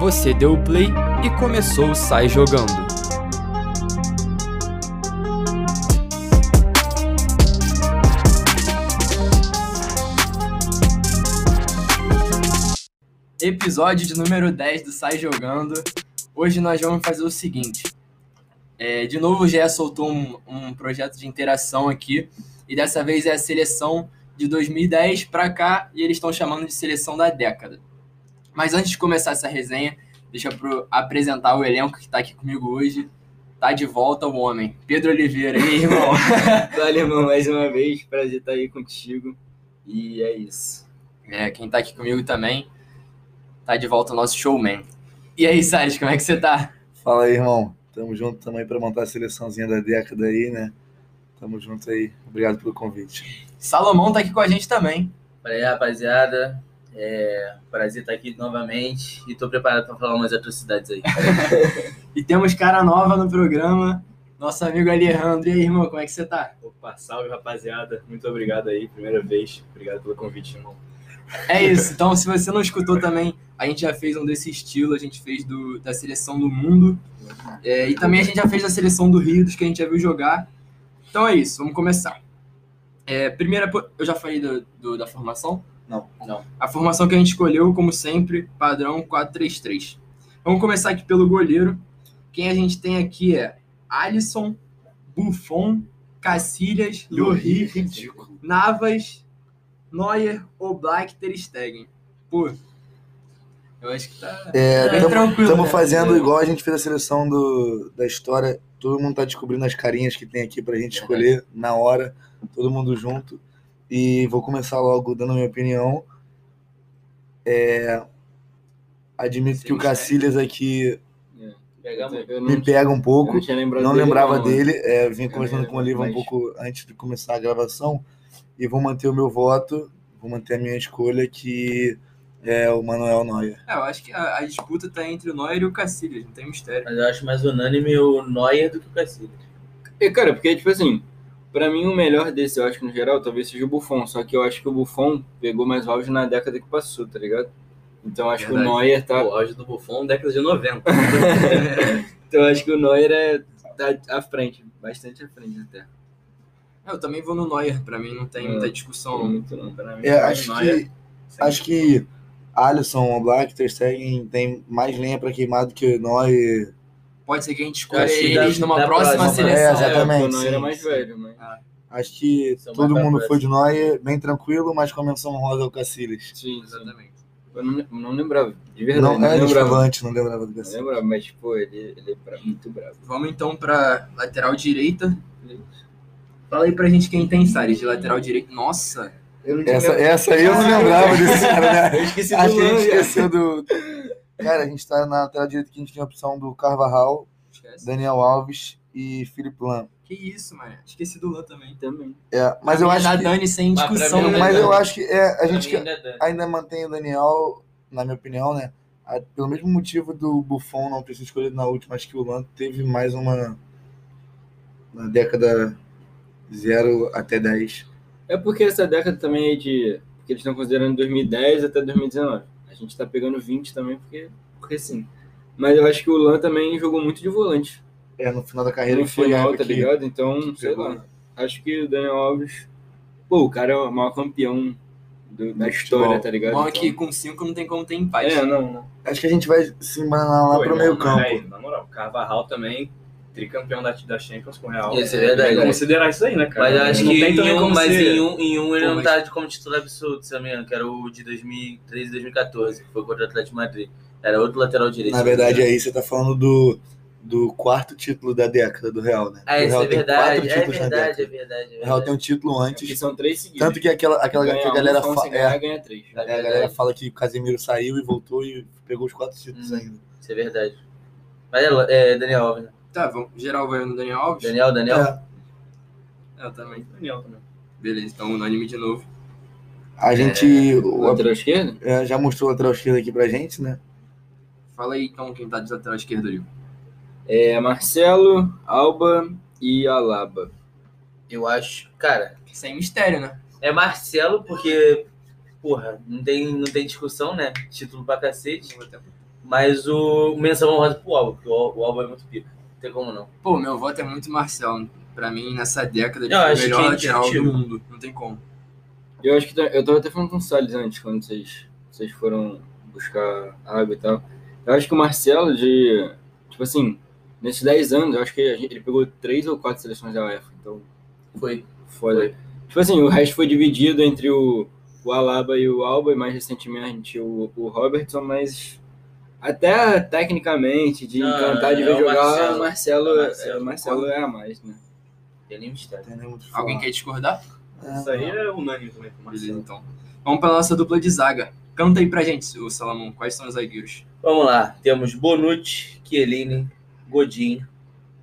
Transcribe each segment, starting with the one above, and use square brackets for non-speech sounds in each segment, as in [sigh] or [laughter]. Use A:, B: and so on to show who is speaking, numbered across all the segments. A: Você deu o play e começou o Sai Jogando.
B: Episódio de número 10 do Sai Jogando. Hoje nós vamos fazer o seguinte. É, de novo o GE soltou um, um projeto de interação aqui. E dessa vez é a seleção de 2010 para cá e eles estão chamando de seleção da década. Mas antes de começar essa resenha, deixa eu apresentar o elenco que está aqui comigo hoje. Tá de volta o homem. Pedro Oliveira, e aí, [laughs] irmão?
C: Valeu, irmão, mais uma vez. Prazer estar aí contigo. E é isso.
B: É, quem tá aqui comigo também, tá de volta o nosso showman. E aí, Salles, como é que você tá?
D: Fala aí, irmão. Tamo junto também para montar a seleçãozinha da década aí, né? Tamo junto aí. Obrigado pelo convite.
B: Salomão tá aqui com a gente também.
C: Fala aí, rapaziada. É, prazer estar aqui novamente e tô preparado para falar umas atrocidades aí.
B: E temos cara nova no programa, nosso amigo Alejandro. E aí, irmão, como é que você tá?
C: Opa, salve rapaziada, muito obrigado aí, primeira vez, obrigado pelo convite, irmão.
B: É isso. Então, se você não escutou também, a gente já fez um desse estilo, a gente fez do, da seleção do mundo. É, e também a gente já fez da seleção do Rio, dos que a gente já viu jogar. Então é isso, vamos começar. É, primeira, po- eu já falei do- do- da formação?
D: Não.
C: Não.
B: A formação que a gente escolheu, como sempre, padrão 4-3-3. Vamos começar aqui pelo goleiro. Quem a gente tem aqui é Alisson, Buffon, Cacilhas, Lloris,
D: ridículo.
B: Navas, Neuer, Oblak, Ter Stegen. Pô, eu acho que tá
D: É,
B: bem
D: tamo,
B: tranquilo.
D: tamo
B: né?
D: fazendo igual a gente fez a seleção do, da história. Todo mundo tá descobrindo as carinhas que tem aqui pra gente escolher na hora. Todo mundo junto. E vou começar logo dando a minha opinião. É, admito
B: Sim,
D: que o
B: sério.
D: Cacilhas aqui
C: Pegamos. Eu
D: me pega um pouco.
C: tinha
D: Eu
C: lembrado
D: não lembrava
C: não, né?
D: dele. É, eu vim conversando
C: É,
D: com o Oliva um
C: mas-
D: pouco antes de começar a gravação. E vou manter o meu voto, vou manter a minha escolha, que é o Manuel Neuer.
B: É, eu acho que a, a disputa tá entre o Neuer e o Cacilhas, não tem mistério.
E: Mas eu acho mais unânime o Neuer do que o Cacilhas.
C: É, cara, porque, tipo assim, pra mim o melhor desse, eu acho que no geral, talvez seja o Buffon. Só que eu acho que o Buffon pegou mais auge na década que passou, tá ligado? Então acho que o
B: Verdade.
C: Neuer tá.
E: O auge do Buffon, década de 90.
D: [laughs] É,
C: Então acho que o Neuer é, tá à frente, bastante à frente até.
B: É, Eu também vou no Neuer, pra mim não tem muita
C: Não,
B: discussão.
C: muito não.
D: É, acho que acho que Alisson, Black, Ter Stegen tem mais lenha para queimar do que Neuer.
B: Pode ser que a gente escolha
E: Eu acho que
B: eles
E: da-
B: numa
E: da
B: próxima,
E: próxima,
B: seleção.
D: É, exatamente.
C: o Neuer
D: sim,
C: é mais
D: sim.
C: velho, mas.
D: Acho que
E: São
D: todo
E: mais
D: mundo
E: pra
D: foi de Neuer, bem tranquilo, mas com a menção honrosa ao Cacilhas.
C: Sim, sim.
B: Exatamente.
C: Eu não, não lembrava, de verdade.
D: Não,
C: Não,
D: é
C: lembrava.
D: desculpante, não lembrava do
C: Não
D: Cacilhas.
C: lembrava, mas, pô, ele, ele é bra- muito bravo.
B: Vamos então pra lateral direita. Fala aí pra gente quem tem Salles de lateral direita. Nossa!
C: Eu não tinha
D: Essa,
C: lembrado.
D: essa aí eu não lembrava desse
C: [laughs]
D: cara, né?
C: Eu esqueci
D: Acho que [laughs] a gente
C: nome, cara.
D: esqueceu do. Cara, a gente tá na lateral direita que a gente tinha a opção do Carvajal,
B: Esquece.
D: Daniel Alves e Felipe Lan.
B: Que isso, mano. Esqueci do Lan também.
C: Também.
D: É, mas eu
B: Pra mim,
D: acho
B: a
D: que,
B: Dani sem
E: Mas pra
B: discussão.
E: mim,
B: né,
D: mas
B: cara?
D: eu acho que é, a
E: Pra
D: gente
E: mim
D: que-
E: ainda é Dani.
D: ainda mantém o Daniel, na minha opinião, né? a- pelo mesmo motivo do Buffon não ter sido escolhido na última, acho que o Lan teve mais uma na década 0 até 10.
C: É porque essa década também é de. Porque eles estão considerando 2010 até 2019. A gente tá pegando 20 também, porque, porque sim. Mas eu acho que o Lan também jogou muito de volante.
D: É, no final da carreira
C: Ele
D: que foi
C: foi
D: a época
C: mal, tá
D: que-
C: ligado? Então,
D: que
C: sei
D: pegou,
C: lá. Acho que o Daniel Alves. Pô, o cara é o maior campeão do- da história, tá ligado?
B: Bom, é
C: Então-
B: que com 5 não tem como ter empate.
C: É, não, não.
D: Acho que a gente vai se emanar lá
F: Pô,
D: pro
F: irmão,
D: meio
F: mas
D: campo.
F: aí, na moral, Carvajal também, tricampeão da, da Champions com o Real.
E: Isso é
F: Tem que
E: verdade.
F: considerar isso aí, né, cara?
E: Mas eu acho
F: não
E: que
F: tem também
E: em um,
F: como
E: mas
F: ser...
E: em um, em um ele
B: Pô,
E: não
B: mas-
E: tá de- como titular absoluto, se eu não me engano, que era o de 2013 e 2014, que foi contra o Atlético de Madrid. Era outro lateral direito.
D: Na verdade, aí você tá falando do, do quarto título da década do Real, né?
E: Ah,
D: o
E: isso
D: Real
E: é verdade. É
D: na
E: verdade, é
D: década.
E: verdade. é
D: O Real tem
E: verdade.
D: um título
C: Porque
D: antes.
C: são três seguidos.
D: Tanto que aquela, aquela que
C: Ganha
D: a
C: um,
D: galera
C: então,
D: fala.
C: se ganhar,
D: É,
C: ganha três.
B: tá
E: É
D: é, a galera
E: verdade.
D: fala que o Casemiro saiu e voltou e pegou os quatro títulos
E: Hum.
D: ainda.
E: Isso é verdade. Mas é, é Daniel Alves. né?
B: Tá, vamos. Geral vai no Daniel Alves? É,
E: Daniel, Daniel.
D: É,
B: Eu também.
F: Daniel também.
B: Beleza, então unânime de novo.
E: É.
D: a gente o-
C: Lateral esquerda?
D: é, já mostrou o lateral esquerdo aqui pra gente, né?
B: Fala aí então quem tá de lateral esquerdo ali.
C: É Marcelo, Alba e Alaba.
E: Eu acho. Cara,
B: Sem mistério, né?
E: é Marcelo, porque. Porra, não tem, não tem discussão, né? Título pra cacete.
B: Vou até-
E: Mas o, o menção honrosa pro Alba, porque o, o Alba é muito pica. Não tem como não.
B: Pô, meu voto é muito Marcelo. Pra mim, nessa década, ele
E: Eu
B: foi o
E: acho que
B: melhor
E: é
B: lateral do
E: indiscutível.
B: mundo. Não tem como.
C: Eu acho que tá- eu tava até falando com o Salles antes, quando vocês, vocês foram buscar água e tal. Eu acho que o Marcelo, de. Tipo assim, nesses 10 anos, eu acho que a gente- ele pegou 3 ou 4 seleções da UEFA. Então,
E: Foi.
C: foda.
E: Foi.
C: Tipo assim, o resto foi dividido entre o, o Alaba e o Alba, e mais recentemente o, o Robertson, mas. Até tecnicamente, de
E: Não,
C: encantar de
E: é
C: ver
E: o
C: jogar,
E: Marcelo.
C: o Marcelo,
E: É o
C: é,
E: Marcelo.
C: o Marcelo é a mais, né?
E: Tem nem mistério.
D: Tem nem muito o que
B: Alguém
D: falar.
B: quer discordar?
F: Isso aí é unânime também pro
B: Beleza,
F: Marcelo.
B: então. Vamos pra nossa dupla de zaga. Canta aí pra gente, o Salomão. Quais são os zagueiros?
E: Vamos lá. Temos Bonucci, Chiellini, Godin,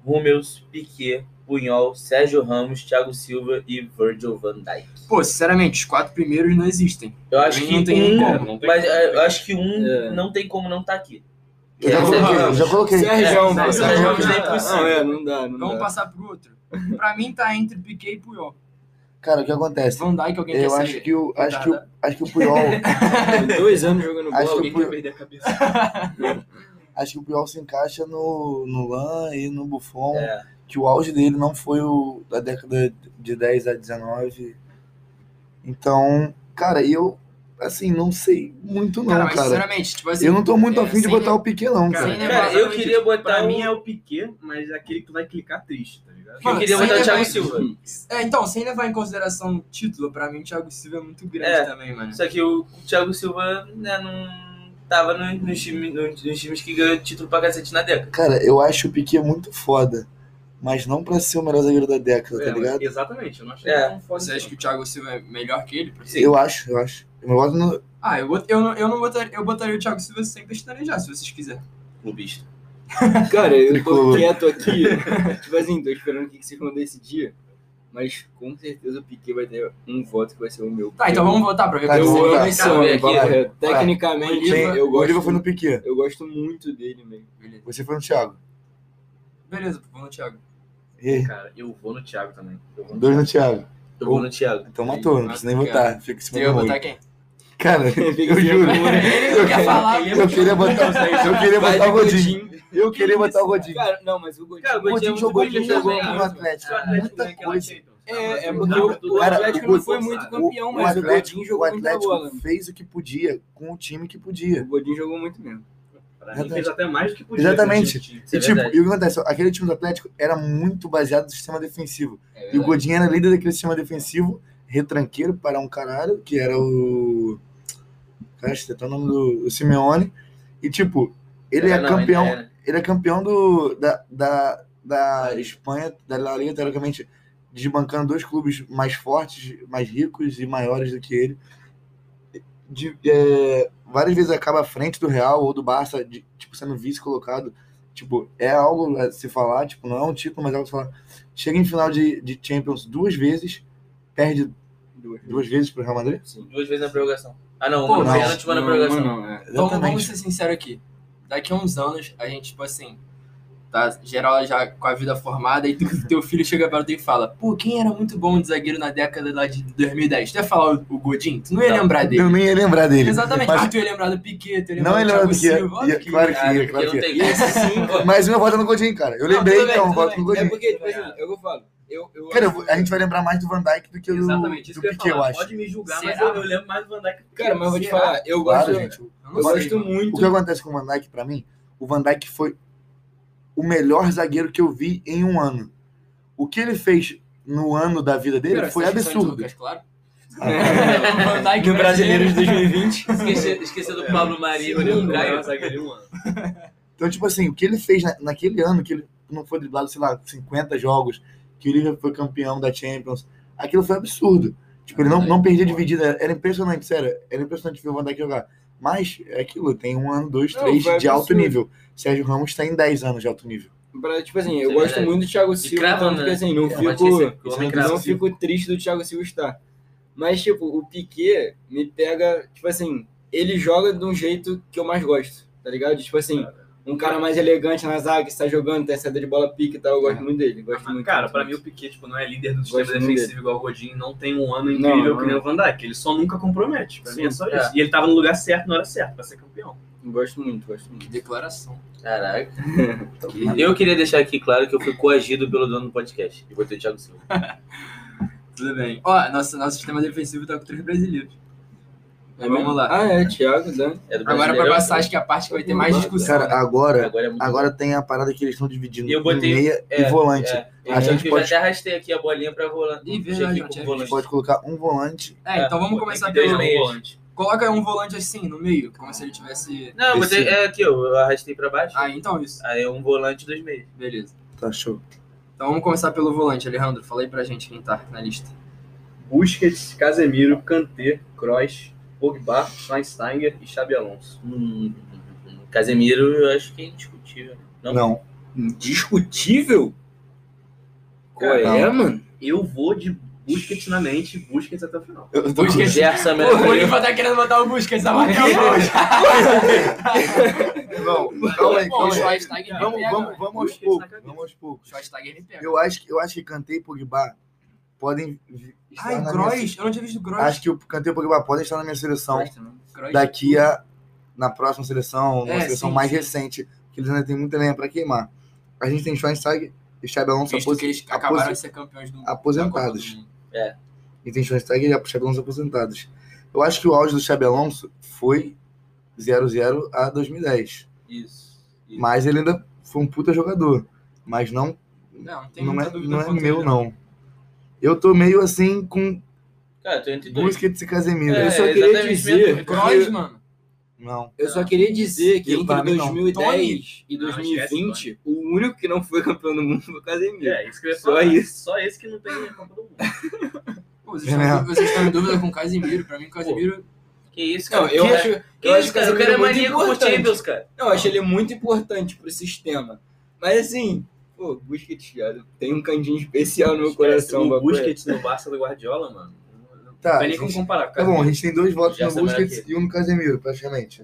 E: Hummels, Piquet, Punhol, Sérgio Ramos, Thiago Silva e Virgil van Dijk.
B: Pô, sinceramente, os quatro primeiros não existem.
E: Eu acho
B: Não
E: que
B: tem
E: um,
B: como,
F: não tem
E: mas
F: como.
E: é, eu acho que um
C: É.
E: não tem como não estar tá aqui.
D: Eu já
E: É,
D: coloquei, eu
E: Ramos.
D: já coloquei.
C: Sérgio,
E: Ramos,
C: pô,
E: Sérgio
C: Sérgio
E: Ramos
C: Ramos
E: é impossível.
C: Não, é, não dá, não
B: Vamos
C: dá.
B: passar pro outro. Pra mim tá entre Piquet e Puyol.
D: Cara, o que acontece?
B: Van Dijk, alguém quer
D: Eu
B: sair?
D: acho que o, acho que o, acho que o Puyol, [laughs]
C: [laughs] Dois anos jogando
D: Acho
C: bola,
D: que
C: alguém
D: eu fui-
C: quer perder a cabeça.
D: acho que o Puyol se encaixa no, no Lan e no Buffon,
E: É.
D: que o auge dele não foi o da década de 10 a 19. Então, cara, eu assim, não sei muito não,
B: Cara,
D: cara.
B: mas sinceramente, tipo assim...
D: eu não tô muito
B: é,
D: afim de
B: sem-
D: botar o Piquet não,
B: Cara,
D: cara.
B: sem
E: Cara, eu queria botar um
F: Pra
E: o-
F: mim é o Piquet, mas é aquele que tu vai clicar triste, tá ligado?
E: Eu
B: Mano,
E: queria
B: sem
E: botar o
B: levar
E: Thiago
B: em-
E: Silva.
C: Hum.
B: É, então, sem levar em consideração o título, pra mim o Thiago Silva é muito grande
E: É.
B: também, mano.
E: Só que o Thiago Silva né, não tava no- nos times no- nos times que ganhou título pra cacete na década.
D: Cara, eu acho o Piquet muito foda, mas não pra ser o melhor zagueiro da década,
F: É,
D: tá ligado?
F: Exatamente, eu não achei
E: É.
F: tão foda.
B: Você
F: não.
B: acha que o Thiago Silva é melhor que ele?
E: Sim.
D: Eu acho, eu acho. Eu boto no
B: Ah, eu, bot- eu, não, eu, não botaria, eu botaria o Thiago Silva sem pestanejar, se vocês quiserem.
E: Clubista.
C: Cara, eu tô
D: Tricolor.
C: quieto aqui. [laughs] Tipo assim, tô esperando o que que vocês vão decidir. Mas com certeza o Piquet vai ter um voto que vai ser o meu.
B: Tá, então vamos votar pra ver.
D: Tá,
B: qual
C: Eu
D: vamos
B: vai ser.
D: votar.
C: amo esse
E: Tá,
C: homem,
E: aqui,
C: bola
E: ó.
C: reta.
D: Vai.
C: Tecnicamente,
D: Quem-
C: eu
D: o Oliva
C: gosto,
D: foi no Piquet.
C: eu gosto muito dele mesmo.
B: Beleza.
D: Você foi no Thiago.
B: Beleza, vamos no Thiago.
D: E aí?
F: Cara, eu vou no Thiago também. Eu vou no-
D: Dois no Thiago.
E: Eu vou no Thiago.
D: Então matou, não precisa nem votar. Fica em
B: Você
D: cima
B: ia
D: do
B: botar
D: muro.
B: quem?
D: Cara, eu
C: Ele
D: juro.
B: Ele não quer falar.
D: Eu queria botar, eu queria
C: Vai
D: botar o
C: de
D: Godinho. Eu queria botar o Godinho.
C: Cara, não, mas o Godinho.
E: Cara, o
D: O Godinho
E: Godinho
D: jogou,
E: muito bem
D: jogou
E: também,
D: no
E: né?
D: Atlético.
E: O Atlético
D: Muita coisa.
C: É, é
F: Não,
C: porque o, o
D: cara,
C: Atlético
D: o
C: não foi
F: Godinho-
C: muito
F: o-
C: um campeão,
D: o
C: mas o
D: Atlético-
C: Godinho
D: o
C: jogou muita
D: Atlético
C: bola. né?
D: fez o que podia com o time que
C: O
D: podia.
C: Godinho jogou muito mesmo.
F: Pra mim fez até mais do que podia.
D: Exatamente.
E: Isso
D: E
E: é
D: tipo,
E: verdade.
D: e o que acontece? Aquele time do Atlético era muito baseado no sistema defensivo.
B: É
D: e o Godinho era líder daquele sistema defensivo, retranqueiro para um caralho, que era o. Cara, acho que até o nome do o Simeone. E tipo, ele é,
E: Não,
D: campeão.
E: ainda era.
D: ele é campeão do, da, da, da Espanha, da La Liga, teoricamente, desbancando dois clubes mais fortes, mais ricos e maiores do que ele. De- é, várias vezes acaba à frente do Real ou do Barça, de, tipo, sendo vice-colocado. Tipo, é algo a se falar, tipo, não é um título, mas é algo a se falar. Chega em final de, de Champions duas vezes, perde
C: Duas.
D: duas vezes pro Real Madrid.
C: Sim.
E: Duas vezes na prorrogação. Ah, não,
B: Pô,
E: uma no
D: não.
E: pênalti, uma na prorrogação.
C: não, é.
B: Então, Vamos, vamos ser sinceros aqui. Daqui a uns anos, a gente, tipo assim, tá geral já com a vida formada
C: [laughs]
B: e tu- teu filho chega perto e fala: pô, quem era muito bom de zagueiro na década lá de 2010? Tu ia falar o, o Godinho? Tu não ia
E: Não.
B: lembrar É dele.
D: Eu nem ia lembrar dele.
B: Exatamente,
D: Mas-
B: mas tu ia lembrar do Piquet, tu ia lembrar
D: não ia
B: do
D: lembrar
B: Thiago
D: do que é.
B: Silva.
D: Ia-
B: óbvio que-
D: Claro que
E: Cara,
D: ia,
E: porque
D: claro
E: não
D: que ia.
E: tem como.
D: Mas minha voto é no Godinho, cara. Eu
B: Não,
D: lembrei,
B: tudo bem,
D: então, eu
B: tudo
D: voto
B: bem.
D: no
C: É
D: Godinho.
C: porque, tipo assim, é o que eu falo. Eu, eu
D: Cara, eu
C: acho-
D: vou- a gente vai lembrar mais do Van Dyke do que do,
F: Exatamente,
D: do
F: isso que eu ia
D: Piquet, eu
F: falar.
D: acho.
E: Pode me julgar, mas
B: Será?
E: eu, eu lembro mais do Van Dijk.
C: Cara, mas eu vou te
B: Será?
C: falar,
D: Claro,
C: eu gosto,
D: gente.
B: Eu
C: eu
B: não sei,
C: gosto
B: mano. [laughs]
D: O
C: muito.
D: que acontece com o Van Dyke pra mim? O Van Dyke foi o melhor zagueiro que eu vi em um ano. O que ele fez no ano da vida dele
B: Cara,
D: foi
B: essas questões do
D: absurdo.
B: Lucas, claro.
D: Ah,
B: Van Dijk
C: No Brasileiro de
B: brasileiro.
C: 2020.
E: Esqueceu, esqueceu do Pablo Maria,
F: Sim,
E: do
F: não era
E: Caio.
F: um zagueiro, mano.
D: Então, tipo assim, o que ele fez na- naquele ano, que ele não foi driblado, sei lá, 50 jogos, que o Liverpool foi campeão da Champions, aquilo foi um absurdo. Tipo, ele não, não perdia dividida, era impressionante, sério, era impressionante ver o Van Dijk jogar. Mas é aquilo, tem um ano, dois,
C: Não,
D: três
C: foi
D: de alto
C: absurdo.
D: nível. Sérgio Ramos tá em 10 anos de alto nível.
C: Pra, tipo assim, eu
E: Isso é
C: gosto
E: verdade.
C: muito do Thiago
E: E
C: Silva,
E: crava,
C: tanto
E: né?
C: que assim, não
E: É, mas esquece,
C: fico,
E: o homem crava.
C: não fico triste do Thiago Silva estar. Mas, tipo, o Piquet me pega, tipo assim, ele joga de um jeito que eu mais gosto, tá ligado? Tipo assim, um cara mais elegante na zaga, que está jogando, tem saída de bola pique e tal, eu
E: É.
C: gosto muito dele, gosto muito.
F: Cara,
C: muito,
F: pra mim
C: muito.
F: o Piquet tipo, não é líder do sistema
C: Gosto muito
F: defensivo igual o Godinho, não tem um ano
C: Não,
F: incrível
C: não
F: que nem
C: é.
F: o Van Dijk. Ele só nunca compromete. Pra mim é só
E: Sim,
F: isso. E ele tava no lugar certo na hora certa pra ser campeão.
C: Gosto muito, gosto muito.
B: Declaração.
E: Caraca. Eu queria deixar aqui claro que eu fui coagido pelo dono do podcast. E botei o Thiago Silva.
B: Tudo bem. Ó, nosso, nosso sistema defensivo tá com três brasileiros. Mas vamos lá.
C: Ah, é, Thiago, Dani.
E: É do
B: Agora pra
E: Brasileirão.
B: passar, acho que é a parte que vai ter mais discussão.
D: Cara, agora,
E: Agora é muito
D: agora tem a parada que eles estão dividindo
E: Eu botei-
D: em meia
E: é,
D: e volante.
E: é.
D: A
E: Eu
D: gente
E: tive-
D: pode-
E: até arrastei aqui a bolinha pra volante.
B: Ih, verdade,
E: aqui
B: Thiago.
E: com
D: A
E: volante.
D: gente pode colocar um volante.
B: É, então vamos
E: Botei
B: começar
E: dois
B: pelo.
E: meias.
B: Coloca um volante assim no meio, como se ele tivesse.
E: Não, eu botei,
D: Esse-
E: é aqui, eu arrastei pra baixo.
B: Ah, então isso.
E: Aí é um volante dos meios.
B: Beleza.
D: Tá show.
B: Então vamos começar pelo volante, Alejandro. Fala aí pra gente quem tá na lista.
F: Busquets, Casemiro, Kanté, Kroos, Pogba, Schweinsteiger e Xabi Alonso.
E: Hum, Casemiro, eu acho que é indiscutível. Não.
D: Não.
C: Indiscutível? Qual
E: Cara,
C: é, mano?
F: Eu vou de Busquets na mente, Busquets até o final.
D: Eu, eu tô
B: Busquets.
E: Gerson, é
B: O Oliva tá querendo botar o Busquets na marca
D: Não, calma aí,
B: Pô, o
D: calma aí.
B: é né? Schweinsteiger me
D: Vamos,
B: pega,
D: vamos,
B: velho.
D: vamos aos
F: Busquets na
D: poucos.
F: cabeça.
D: Vamos aos
B: O
D: poucos.
B: Schweinsteiger me pega.
D: Eu acho, que- eu acho que Kanté e Pogba podem. vi- estar
B: Ai,
D: na minha-
B: Gross. Eu não tinha visto Gross.
D: Acho que o Kanté e o Pogba podem estar na minha seleção
B: Kroos.
D: daqui a. na próxima seleção, numa
B: É,
D: seleção
B: sim,
D: mais
B: sim.
D: recente, que eles ainda têm muita lenha pra queimar. A gente tem Schweinsteiger e Xabi Alonso
B: Visto que eles
D: apos-
B: acabaram de ser campeões do. da
D: um aposentados.
B: Copa do Mundo.
D: e tem Schweinsteiger e a- Xabi Alonso aposentados. Eu acho que o auge do Xabi Alonso foi 0-0 a 2010.
E: Isso. isso.
D: Mas ele ainda foi um puta jogador. Mas não,
B: Não, não tem
D: não,
B: muita
D: é,
B: dúvida
D: não é
B: quanto a
D: meu,
B: ele. né?
D: não. Eu tô meio assim com
E: Cara, tô entre dois.
D: Busquets e Casemiro.
E: É,
C: Eu só queria
E: exatamente
C: dizer.
B: Kroos, mano.
D: Não.
C: Eu só queria dizer que
D: E pra
C: entre
D: mim, não.
C: 2010 e
F: Não, esquece,
C: 2020, o único que não foi campeão do mundo foi o Casemiro.
F: É, isso que eu ia
C: Só
F: falar.
C: isso.
E: Só esse que não tem a Copa do Mundo.
B: Pô, vocês
D: É.
B: estão- vocês estão em dúvida com o Casimiro. Pra mim, o Casimiro.
E: Que isso, cara?
C: Não, eu
E: que,
C: acho, eu
E: que
C: acho
E: isso, cara?
C: que
E: Eu quero é
C: Casemiro é muito
E: mania com o
C: importante.
E: Champions, cara.
C: não, eu acho ele muito importante pro sistema. Mas assim, pô, Busquets, cara, tem um cantinho especial no meu coração.
F: o
C: papo reto.
F: Busquets no Barça do Guardiola, mano. Não
D: Tá,
F: tem nem como
D: gente.
F: comparar,
D: Tá
F: cara.
D: bom, a gente tem dois votos
E: Já
D: no
E: semana
D: Busquets
E: que-
D: e um no Casemiro, praticamente.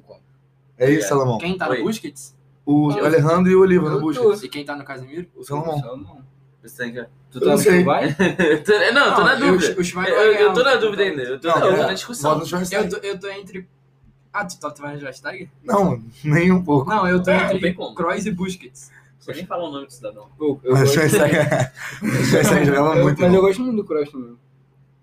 D: É isso,
E: É.
D: Salomão.
B: Quem tá
F: Oi.
B: no Busquets?
D: O
C: Eu-
D: Alejandro e o Oliva no
C: eu tô-
D: Busquets.
B: E quem tá no Casimiro?
D: O Salomão.
C: Salomão.
E: Você tem que-
C: Tu
D: Eu não
C: tá
D: sei.
C: no vai?
E: Eu tô- Não, eu tô na dúvida.
B: O Schweinsteiger
E: Eu,
B: vai
E: eu tô
B: ganhar,
E: na
B: mano.
E: dúvida ainda. Eu tô,
D: Não,
E: eu tô
D: é.
E: na
D: Voto
E: discussão.
D: no
B: Eu
D: Schweinsteiger.
B: tô, eu tô entre. Ah, tu, tá- tu vai no Schweinsteiger?
D: Não, nem um pouco.
B: Não, eu tô
F: Não, não
B: entre
F: tem como.
B: Kroos e Busquets.
F: Não sei nem falar o nome do cidadão.
C: Pô, eu
D: Mas o
C: gosto-
D: Schweinsteiger o Schweinsteiger jogava
C: eu-
D: muito.
C: mas eu
D: não.
C: gosto muito do Cross também.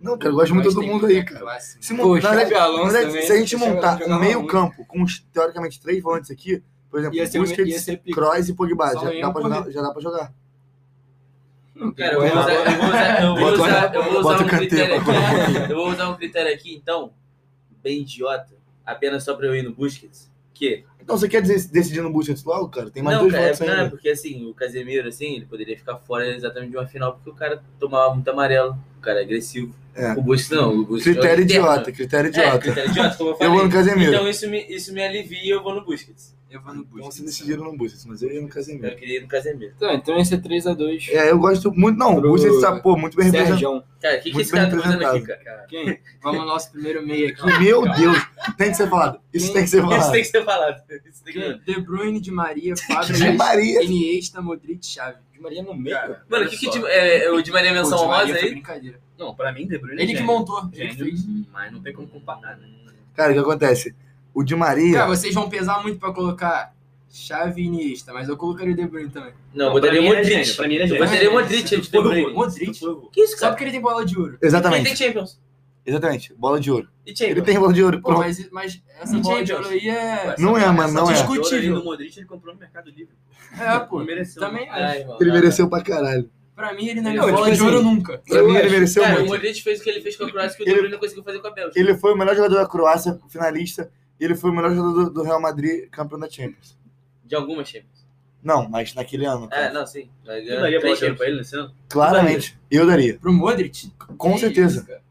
D: Não, cara, eu gosto muito
B: Kroos
D: de todo
B: tem
D: mundo
B: muita
D: aí, cara.
B: classe, mano.
D: Se,
C: Pô,
D: mon- na verdade,
C: Xabi Alonso
D: na verdade,
C: também,
D: se a gente
C: Xabi Alonso
D: montar um
C: jogava
D: meio
C: muito.
D: campo com, os, teoricamente, três volantes aqui, por exemplo,
C: Ia ser- ia
D: Busquets,
C: ser pica.
D: Kroos e Pogba,
B: Só
D: já
B: ganhar
D: dá,
B: um
D: pra
B: por
D: jogar, já dá pra jogar.
E: Cara, eu vou usar, eu vou usar, eu vou
D: Bota o-
E: usar, eu vou usar
D: bota
E: um
D: o Kanté
E: critério
D: pra
E: aqui. Eu vou usar um critério aqui, então, bem idiota, apenas só pra eu ir no Busquets. Que?
D: Então, você quer dizer- decidir no Busquets logo, cara? Tem mais
E: não,
D: dois né?
E: cara,
D: volantes
E: é- não, é
D: ainda.
E: porque assim, o Casemiro, assim, ele poderia ficar fora exatamente de uma final, porque o cara tomava muito amarelo. O cara é agressivo.
D: É.
E: O Busquets não. O Busquets joga
D: Critério
E: interno.
D: idiota, critério
E: É,
D: idiota.
E: critério idiota, como eu
D: eu
E: falei.
D: vou no Casemiro.
E: Então isso me, isso me alivia e eu vou no Busquets.
B: Eu vou no
D: Então, vocês
B: Busquets.
D: decidiram no Busquets, mas eu ia no
E: Eu
D: Casemiro.
E: queria ir no Casemiro.
C: Tá, então ia ser 3x2.
D: É, eu gosto muito... Não, o
C: Pro-
D: Busquets tá, pô, muito bem representado.
C: Sérgio.
E: Cara, o que, que
D: Muito
E: esse cara tá
D: bem
E: fazendo aqui,
D: apresentado.
E: cara?
C: Quem?
B: Vamos ao nosso primeiro meio aqui.
D: Meu Deus, tem que ser falado. Isso tem que ser
E: Isso
D: falado.
E: tem que ser falado. Isso tem que ser falado.
B: De Bruyne, de Maria, Fábio,
D: De Maria.
B: Iniesta, Modric, Xavi.
C: De Maria no meio.
F: Cara,
E: Mano, o
F: olha
E: que, que
F: só.
E: de, é, é o de Maria Menção
B: Pô, Di Maria
E: Rosa
B: foi
E: aí?
B: brincadeira.
F: Não, pra mim, De Bruyne é
B: Ele que
F: gênio.
B: montou. Ele
F: Gênio,
B: fez.
F: mas não tem como comparar, né?
D: Cara, o que acontece? O Di Maria...
B: Cara, vocês vão pesar muito pra colocar Xavi e Iniesta, mas eu colocaria o De Bruyne também.
E: Não, eu
F: pra
E: botaria o
F: mim ele é gênio,
E: Modric.
F: Pra mim ele é
E: Eu
F: gênio.
E: botaria o
B: É,
E: Modric
B: é,
E: antes do
B: é,
E: Bruyl.
B: Modric?
E: Que isso,
B: Só
E: cara?
B: porque ele tem bola de ouro.
E: Ele
D: Exatamente,
E: tem Champions.
D: exatamente. Bola de ouro.
E: E
D: Ele
E: Champions.
D: tem bola de ouro.
B: Pô,
D: Pronto.
B: mas, mas essa
E: Não
B: bola
E: é,
B: de ouro aí é...
D: Não é, mano, não é.
F: Essa tesoura aí
B: Discutível.
F: do Modric ele comprou no Mercado Livre.
B: É, pô.
F: Não mereceu.
B: Também
F: não.
E: Ai, irmão,
D: Ele
E: não,
D: mereceu pra caralho.
B: acho. Pra mim, ele não é
C: Não,
B: bola
C: tipo
B: de ouro
C: assim,
B: nunca.
D: Pra mim, ele
E: não.
D: mereceu
E: Cara, o
D: muito.
E: Modric fez o que ele fez com a Croácia que o
D: Ele-
E: Dubrino não conseguiu fazer com a Bélgica.
D: Ele foi o melhor jogador da Croácia, finalista. E ele foi o melhor jogador do, do Real Madrid, campeão da Champions.
E: De alguma Champions.
D: Não, mas naquele ano.
E: É,
D: cara.
E: não, sim. Vai
F: Eu
E: ganhar
F: daria bola
E: três
F: de ouro
E: Champions.
F: pra ele nesse ano?
D: Claramente. Eu daria.
B: Pro Modric?
D: Com
B: Que
D: certeza.
B: isso, cara.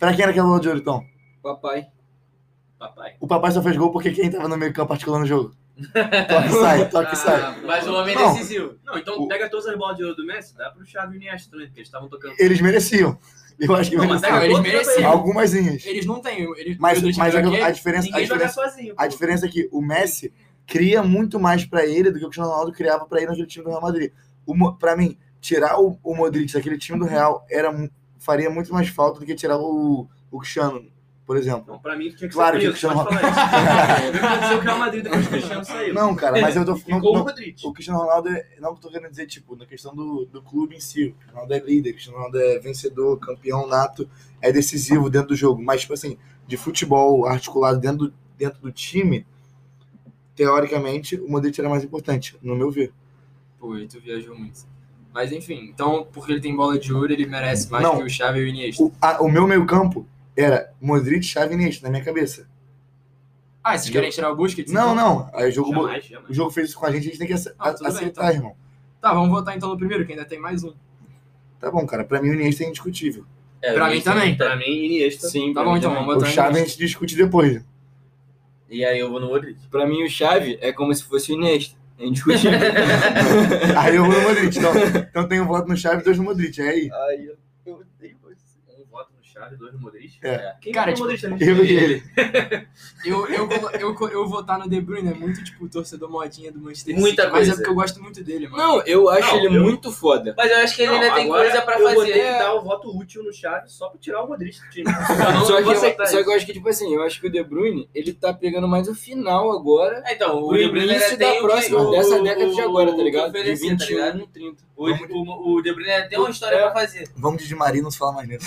D: Pra quem era aquela bola de ouro, então?
C: Papai.
F: Papai.
D: O papai só fez gol porque quem tava no meio campo articulando o jogo. Toque sai, toque sai.
B: Ah,
E: Mas o homem é
D: Não.
E: decisivo.
F: Não, então
D: O-
F: pega todas as bolas de ouro do Messi, dá pro Xavi e Iniesta também, porque eles estavam tocando.
D: Eles mereciam. Eu acho que
F: Não, mas
D: mereciam.
B: Não, eles
F: Outra
B: mereciam.
D: Algumas.
B: Eles não têm. Eles,
D: Mas,
B: eles
D: mas a,
B: aqui,
D: a diferença, a,
F: Ninguém joga
D: diferença,
F: sozinho.
D: a
F: pô.
D: diferença é que o Messi cria muito mais pra ele do que o Cristiano Ronaldo criava pra ele naquele time do Real Madrid. O, Mo- pra mim, tirar o, o Modric daquele time do Real era, mu- faria muito mais falta do que tirar o, o Cristiano Por exemplo.
F: Não, Então, pra mim tinha que
D: Claro que
F: ser preso,
D: tinha
F: pode falar
D: [laughs]
F: isso. Eu quero dizer o Real Madrid depois que o Cristiano saiu.
D: Não, cara, mas eu tô.
F: Ficou
D: não- não-
F: o Madrid.
D: o Cristiano Ronaldo, é, não tô querendo dizer, tipo, na questão do, do clube em si. O Cristiano Ronaldo é líder, o Cristiano Ronaldo é vencedor, campeão nato, é decisivo dentro do jogo. Mas, tipo assim, de futebol articulado dentro do, dentro do time, teoricamente, o Modric era mais importante, no meu ver.
B: Pô, e tu viajou muito. Mas enfim, então, porque ele tem bola de ouro, ele merece mais
D: Não.
B: que o Xavi e o Iniesta.
D: O, a- o meu meio-campo era Modric, Xavi e Iniesta, na minha cabeça.
B: Ah, vocês querem tirar o Busquets?
D: Não,
B: então?
D: não. Aí o jogo,
F: Jamais,
D: o
F: jamais.
D: jogo fez isso com a gente, a gente tem que ace-
B: Ah, tudo bem,
D: aceitar,
B: então.
D: irmão.
B: Tá, vamos votar então no primeiro, que ainda tem mais um.
D: Tá bom, cara. Pra mim, o Iniesta é indiscutível.
E: É,
B: Pra
E: o
B: mim
E: Iniesta
B: também.
E: tá-
F: Então, Pra mim, Iniesta.
C: Sim,
B: Tá
C: pra
B: bom,
C: mim
B: então,
C: também.
B: vamos
D: O
B: botar
D: Xavi a gente discute depois.
E: E aí eu vou no Modric.
C: Pra mim, o Chave é como se fosse o Iniesta.
E: [laughs]
C: É indiscutível.
D: Aí eu vou no Modric. Então, então tem um voto no Xavi e dois no Modric. É aí.
F: Ai, eu eu odeio você. Um voto no Xavi, dois no Modric.
D: É.
F: Quem
B: Cara,
E: tipo,
B: tipo,
F: votou no Modric também?
D: Eu e ele.
B: Eu, eu, colo- eu, co- eu votar no De Bruyne é muito, tipo, torcedor modinha do Manchester
E: Muita
B: City. Mas é
E: coisa.
B: porque eu gosto muito dele, mano.
C: Não, eu acho
F: Não,
C: ele
F: eu-
C: muito foda.
E: Mas eu acho que ele
F: Não,
E: ainda tem
F: agora
E: coisa pra
F: eu vou um ter que
E: fazer.
F: dar o voto útil no Xavi só pra tirar o Modric
D: [laughs]
F: do time.
C: Só que, eu,
F: Você tá-
C: só que eu acho que, tipo assim, eu acho que o De Bruyne, ele tá pegando mais o final agora.
E: Ah, Então, o
C: O
E: De Bruyne
C: início
E: ainda tem
C: da
E: o que-
C: próxima,
E: o-
C: dessa década de agora,
E: o
C: tá
E: que
C: ligado? De
E: oferecer, tá
C: 21
E: ligado?
C: no 30.
E: O, o, o De Bruyne ainda tem uma história
C: É.
E: pra fazer.
D: Vamos de Di Maria não se fala mais nisso.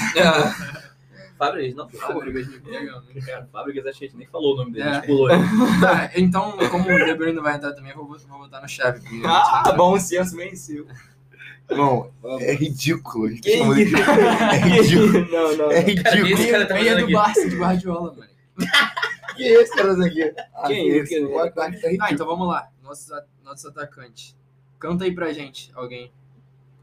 E: Fabrício, não
B: Ah,
E: fala.
B: o Fabregas me pega, mano.
F: Cara, Fábricas, acho que a gente nem falou o nome dele,
B: É.
F: a gente pulou
D: [laughs]
F: ele.
B: Tá, então, como o De Bruyne não vai entrar também, eu vou, vou votar no Xavi. primeiro.
C: Ah, bom
E: [laughs]
C: senso venceu.
D: Irmão,
C: Vamos.
D: é ridículo.
C: Que
D: Esse Modric É ridículo.
C: Não, não.
D: É
C: não.
E: Cara,
D: ridículo.
E: esse cara tá
B: Meia
E: fazendo
B: do
E: aqui.
B: Barça de Guardiola, mano.
D: Que esse cara aqui? Ah,
C: Quem é esse?
D: O ataque tá
B: Ah,
D: ridículo.
B: então vamos lá. Nosso, nosso atacante. Canta aí pra gente, alguém.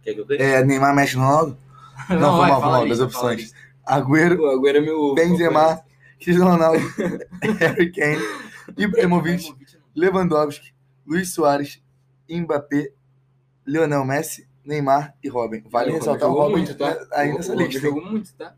E: Quer que eu ganhe?
D: É, Neymar mexe no Ronaldo? [laughs] Não,
B: vamos
D: vamos lá, vamos lá,
B: isso,
D: das
B: fala
D: opções.
B: isso.
D: Agüero,
C: Pô, agora é meu.
D: Benzema, Cristiano Ronaldo, [laughs] Harry Kane,
B: Ibrahimovic
D: Ibrahimovic,
B: não.
D: Lewandowski, Luiz Soares, Mbappé, Lionel Messi, Neymar e Robin. Vale
C: Jogou
D: ressaltar o
C: muito,
D: Robin né,
C: tá?
D: aí nessa
C: O- o-
D: lista.
C: Jogou muito, tá?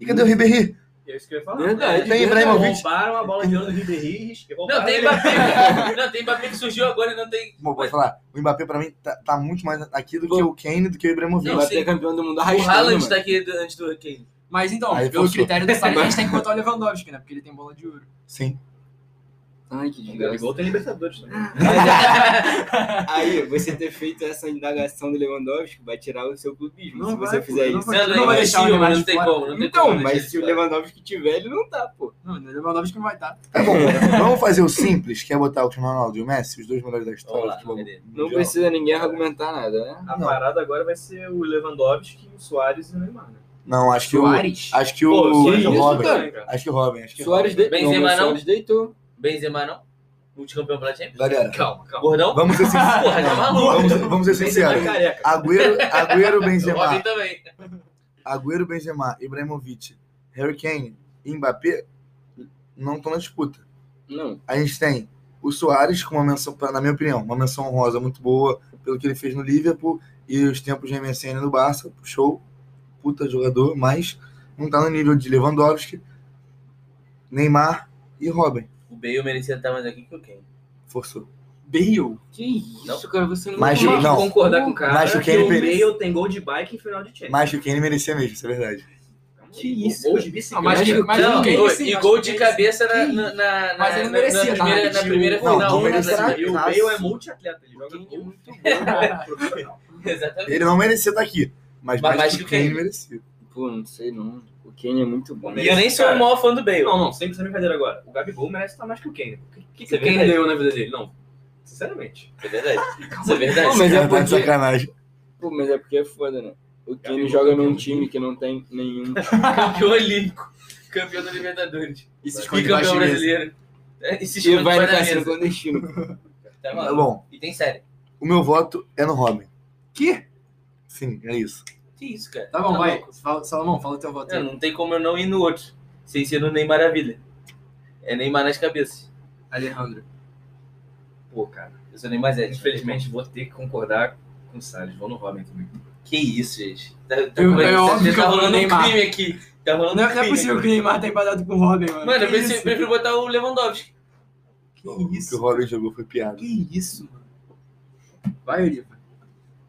D: E cadê o Ribéry?
F: E é isso que eu ia falar.
C: Verdade.
D: Tem Ibrahimovic?
F: Roubaram a bola de ouro do Ribéry.
E: Não, tem Mbappé. não, tem Mbappé que surgiu agora e não tem.
D: Bom, pode falar. O Mbappé, pra mim, tá, tá muito mais aqui do que o Kane do que o
E: Não,
C: Ele
D: Ibrahimovic.
C: vai
E: sim.
C: ser campeão do mundo
E: O
C: arrastando.
E: Haaland
C: mano.
E: tá aqui antes do Kane.
B: Mas então,
D: Aí
B: pelo
D: forçou.
B: critério
D: [laughs]
B: do Sarri, a gente tem que botar o Lewandowski, né? Porque ele tem bola de ouro.
D: Sim.
C: Ai, que
F: O
C: desgraça.
F: Gabigol tem Libertadores também.
D: Ah,
C: Aí, você ter feito essa indagação do Lewandowski vai tirar o seu clubismo
B: Não
C: se
B: vai,
C: você
B: pô,
C: fizer
B: não
C: isso.
B: vai.
E: Não,
B: não
E: não,
B: vai
E: é
B: deixar o
E: Silva,
B: Neymar
E: não
B: de
E: tem
B: fora.
E: como. Não tem
C: Então,
E: como deixar
C: mas
E: ele
C: se o
E: fora.
C: Lewandowski tiver, ele não tá, pô.
B: Não, o Lewandowski não vai estar.
D: Tá bom. Vamos fazer o simples, que é botar o Cristiano Ronaldo e o Messi, os dois melhores da
E: Vamos
D: história.
E: lá,
D: do futebol
E: cadê?
C: Não
D: mundial.
C: precisa ninguém argumentar nada, né?
F: A
D: Não.
F: parada agora vai ser o Lewandowski, o Soares e o Neymar, né?
D: Não, acho que o.
B: Soares?
D: Acho que o.
F: Pô,
D: acho
E: é
F: que
D: que o
F: isso,
D: Robin.
F: cara, cara.
D: Acho que o Robin. Acho que o
C: Soares deitou.
E: Benzema
C: mas
E: não?
C: Soares deitou.
E: Benzema não? Multicampeão pela Champions?
D: Robin. Galera,
B: Calma, calma.
E: Gordão?
D: vamos ser
E: [laughs]
D: sinceros.
E: Porra, tá maluco.
D: Vamos, vamos ser
F: Benzema
D: sinceros.
F: é careca.
D: Agüero, Agüero,
E: Robin
D: Benzema.
E: também.
D: Agüero, Benzema, Ibrahimovic, Harry Kane e Mbappé não estão na disputa.
C: Não.
D: A gente tem o Soares com uma menção, pra- na minha opinião, uma menção honrosa muito boa pelo que ele fez no Liverpool e os tempos de MSN no Barça, show, puta jogador, mas não tá no nível de Lewandowski, Neymar e Robin.
E: O Bale merecia estar mais aqui que o Kane.
D: Forçou.
B: Bale.
C: Que isso,
E: Não.
C: cara, você não
D: Mas,
C: Mano,
D: não.
F: concordar com o cara
D: Mas o
F: que
D: Kane
F: o
D: merece.
F: Bale tem gol de bike em final de Champions.
D: Mas que o Kane merecia mesmo, isso é verdade.
F: que isso? Gol de bicicleta.
B: Ah, mas que- mas
E: não,
B: o Kane
E: gol-
B: sim,
E: e
B: acho
E: gol
B: que
E: de
B: o Kane
E: cabeça na, na,
B: Mas
E: na, na-
B: ele não
E: na-
B: merecia
E: na
B: estar
E: primeira,
B: nesse
E: na primeira
D: time. Não,
E: final.
D: não merecia
E: Exatamente.
F: E o Bale é multiatleta, ele joga
C: Kane é
F: gol.
C: muito bom.
E: Exatamente.
D: Ele não merecia estar aqui, mas,
E: É. Mas
D: mais que o Kane merecia.
C: Pô, não sei não. O Kane é muito bom.
E: E eu nem sou o maior fã do Bale.
F: Não, não, sempre sem brincadeira agora. O Gabigol merece estar mais que o Kane. O que- que, que
E: Você
F: o Kane
E: vê, né?
F: ganhou na vida dele? Não, sinceramente.
E: É verdade. Isso é
C: Não,
E: verdade.
C: mas
D: Esse
C: é
D: cara tá de
C: porque-
D: sacanagem.
C: Pô, mas é porque é foda, né? O Kane
F: Gabigol
C: joga num
F: campeão.
C: time que não tem
E: [laughs]
C: nenhum.
E: Campeão olímpico. Campeão da Libertadores.
C: E se
E: E
D: esconde
E: campeão
D: debaixo da mesa.
E: brasileiro. É, E se
C: E
E: esconde
C: vai no
E: debaixo da
C: cassino
E: mesa.
C: clandestino.
E: Tá
D: Tá
E: maluco.
D: bom,
E: E tem série.
D: o meu voto é no Robin.
B: Que?
D: Sim, é isso.
E: Que isso, cara?
B: Tá bom, vai.
E: louco.
B: Fala- Salomão, fala o teu voto
E: É,
B: aí.
E: não tem como eu não ir no outro. Sem ser no Neymar Maravilha. É Neymar nas cabeças.
B: Alejandro.
F: Pô, cara.
E: Eu sou Neymar Zé.
F: Infelizmente, vou ter que concordar com o Salles. Vou no Robin também.
E: Que isso, gente. Tá, tá,
B: Eu-
E: tá-
B: é
E: tá-
B: óbvio que
E: tá
B: eu vou no
E: rolando um
B: Neymar.
E: crime aqui. Tá rolando
B: Não
E: um
B: é, não
E: crime
B: é possível que
E: aqui.
B: o Neymar tá embadado com o Robin, mano.
E: Mano, eu
B: Que
E: prefiro,
B: isso?
E: prefiro botar o Lewandowski.
B: Que
D: O que o
B: isso?
D: Robin jogou foi piada.
B: Que isso, mano. Vai, Oliva.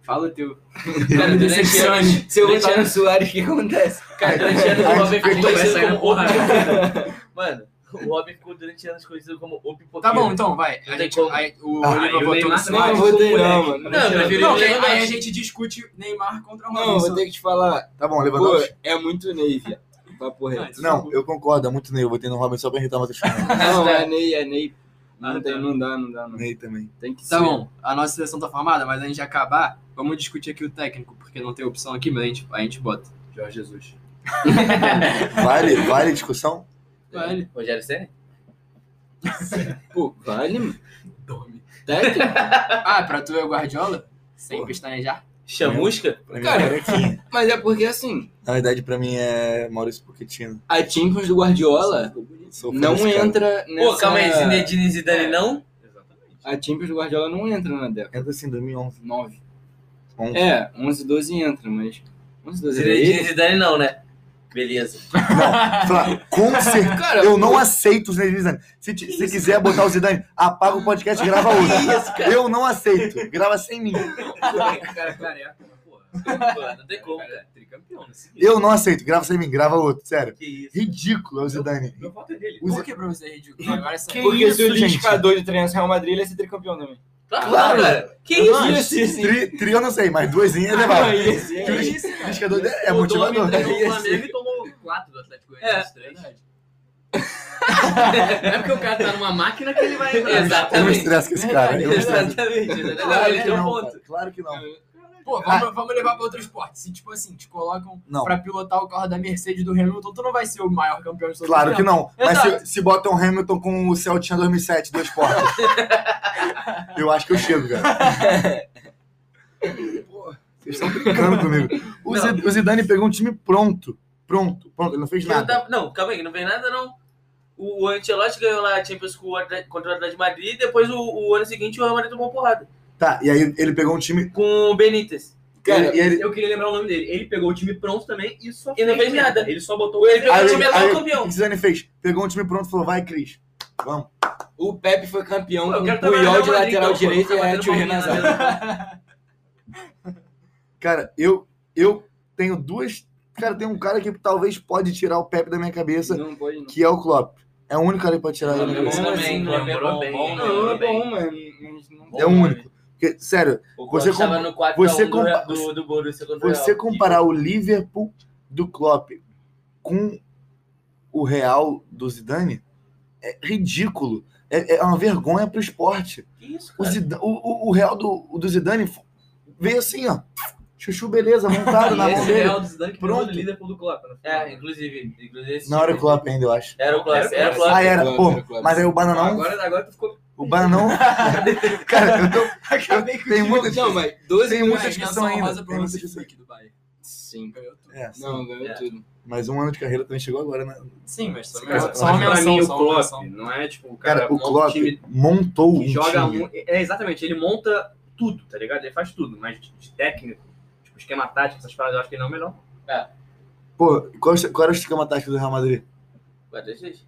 B: Fala o teu.
E: Cara,
B: Não me
E: durante
B: decepcione.
C: Se eu
E: Durante
C: botar no
E: anos-
C: Soares, o que acontece?
E: Cara, durante anos o Robin ficou
B: Arthur é vai sair
E: conhecido
B: na
E: como o
B: porrada.
E: pipoqueiro. [laughs] Mano, o Robin ficou durante anos conhecido como o pipoqueiro.
B: Tá bom, então, vai.
E: Não
B: A
E: tem
B: gente,
E: como.
B: aí, o
D: Ah,
B: Oliva
F: e o
B: botou
F: Neymar
B: no
F: também.
B: Soares.
C: Não, votei não, mano.
E: Não, eu prefiro
B: Não,
E: o
B: aí, aí a
E: Lewandowski.
B: gente discute Neymar contra o
C: Não, vou
B: Robinson.
C: ter que te falar.
D: Tá bom,
C: Pô,
D: Lewandowski.
C: é muito Ney, viado. Papo reto.
D: Não, eu concordo, é muito Ney. Eu votei no Robin só pra irritar o Matheus Fernandes.
C: Não, é Ney, é Ney.
E: Ah,
C: Não, tem,
E: tá.
C: não dá, não dá, não.
D: Ney também.
C: Tem que
B: Tá
C: ser.
B: bom, a nossa seleção tá formada, mas a gente acabar, vamos discutir aqui o técnico, porque não tem opção aqui, mas a gente, a gente bota.
F: Jorge Jesus.
D: Vale, vale a discussão?
B: Vale.
E: Rogério Senna?
C: É. Pô, vale, mano.
B: Dorme.
C: Técnico?
B: Ah, pra tu é o Guardiola? Sem pestanejar?
E: Chamusca?
D: Pra mim
C: Cara.
D: é carequinha.
C: [laughs] Mas é porque assim,
D: Na verdade, pra mim é Maurício Pochettino.
C: a Champions do Guardiola
D: Sou fã
C: não
D: desse cara.
C: entra nessa...
E: Pô, calma aí, Zinedine Zidane não?
F: Exatamente.
C: A Champions do Guardiola não entra na década.
D: Entra assim, 2011.
C: 9.
D: 11.
C: É, 11, 12 entra, mas... 11, 12 era
E: Zinedine
C: ele?
E: Zidane não, né? Beleza.
D: Fala,
C: [laughs]
D: com certeza.
C: Cara,
D: eu não aceito o Zinedine Zidane. Se, ti- se quiser botar o Zidane, apaga o podcast e
C: [laughs]
D: grava outro. Eu não aceito. Grava sem mim.
F: Cara, careca, porra.
E: Pô, Não tem como,
F: Cara,
E: cara.
F: é tricampeão nesse vídeo.
D: Eu não aceito. Grava sem mim. Grava outro. Sério.
E: Que isso.
D: Ridículo é o Zidane.
F: Meu voto é dele.
D: O Zi-
B: Por que pra você é ridículo? Agora essa...
D: Que
C: Porque se o
D: isso, gente?
C: liquidificador de treinar Real Madrid, ele ia ser tricampeão [laughs] também.
E: Claro,
D: Claro.
E: cara. Que
C: Eu
E: isso?
C: não acho. Sim, sim.
D: Tri, tri eu não sei, mas duesinha é
C: Ah,
D: levado.
C: ia ser,
D: Que o liquidificador-
C: ia
B: isso, cara?
D: liquidificador é, é
F: O
D: motivador.
F: Domi ganhou
D: né?
F: o
B: assim-
F: Flamengo e tomou 4 do Atlético
B: É.
F: Goianiense, três. Não é porque o cara tá numa máquina que ele
D: [laughs]
F: vai.
D: Eu me
E: Exatamente.
D: estresso com esse cara. Eu me estresso.
E: Exatamente. exatamente. Não,
D: Claro
E: ele
D: que
E: tem um
D: não,
E: ponto.
D: cara. Claro que não.
B: Pô, vamos, vamos levar pra outro esporte. Se, tipo assim, te colocam
D: Não.
B: pra pilotar o carro da Mercedes do Hamilton, tu não vai ser o maior campeão de todos
D: Claro
B: os
D: que
B: tempos.
D: não. Mas
B: Exato.
D: se, se botam o Hamilton com o Celtinha 2007, dois portas. eu acho que eu chego, cara. Porra, Vocês estão brincando comigo. O, Zi- o Zidane pegou um time pronto. Pronto, pronto. Ele não fez
E: Não,
D: nada.
E: tá- não, calma aí, não vem nada não. O o Ancelotti ganhou lá a Champions com o Atlético- contra o Atlético de Madrid e depois o, o ano seguinte o Real Madrid tomou porrada.
D: Tá, e aí ele pegou um time.
E: Com o Benítez.
D: Cara, e ele,
F: Eu queria lembrar o nome dele. Ele pegou o time pronto também e só
E: E não fez nada.
F: Ele só botou
E: Ele pegou
D: aí-
E: o time
D: aí-
E: atual
D: o que
E: campeão.
D: o Zidane fez? Pegou um time pronto e falou: vai, Cris. Vamos.
C: O Pepe foi campeão
E: Pô, eu
C: com
E: quero
C: o
E: trabalhar
C: Puyol
E: no
C: de
E: Madrid,
C: lateral
E: então, pô,
C: direito
E: ficar
C: e a
E: batendo
C: Tio
E: palminha na
C: Renazar.
E: mesa.
D: Cara, eu, eu tenho duas. Cara, tem um cara que talvez pode tirar o Pepe da minha cabeça,
C: Não pode não.
D: que é o Klopp. É o único cara que pode tirar ele da minha
E: Lembrou
D: cabeça.
C: Não,
E: bem,
C: assim,
E: lembrou bem,
F: bom,
E: lembrou
C: Não, é
E: bem.
C: bom, mano. Mas não
D: É o único. Porque, sério,
E: O
D: Você
E: Klopp tava
D: compa-
E: no 4
D: você compa-
E: do, do, do Borussia contra o
D: você
E: Real.
D: comparar o Liverpool do Klopp com o Real do Zidane é ridículo. É, é uma vergonha pro esporte.
E: Que isso,
D: O,
E: cara?
D: Zida- o- o- o Real do, o do Zidane fo- veio assim, ó. Chuchu, beleza, montado na
F: E
D: mão
F: esse
D: dele.
F: Real do Zidane que
D: é Pronto.
F: pronto. do líder pro do Klopp. né?
E: É, inclusive. inclusive esse
D: Não era o
E: time-
D: Klopp ainda, eu acho.
E: Era o Klopp, era o Klopp.
D: Ah, era.
C: Klopp,
D: Pô,
C: era o Klopp.
D: mas aí o Bananão...
F: Agora, agora tu ficou.
D: O Bananão... Cara, eu tô...
B: Acabei com
D: Tem muita...
C: Não, mas 12
D: Tem
B: Não,
D: muita
B: é
D: discussão
B: menção
D: ainda.
B: rosa pro
D: Tem muita
B: Hansi
D: discussão.
B: Flick do Bayern.
C: Sim.
B: Ganhou tudo.
D: É, sim.
C: Não, ganhou
E: É.
C: tudo.
D: mas um ano de carreira também chegou agora, né?
B: Sim, mas só,
D: Cara,
B: só uma
F: pra mim,
B: menção,
F: o
B: só uma
F: Klopp
B: menção.
F: não é tipo o cara,
D: Cara, o
F: monta um
D: Klopp
F: time
D: montou um
F: que joga
D: time.
F: um- É, exatamente, ele monta tudo, tá ligado? Ele faz tudo, mas de, de técnico, tipo, esquema tático, essas paradas, eu acho que ele não é o melhor.
D: Pô, qual, qual era o esquema tático do Real Madrid?
E: 4-3-3.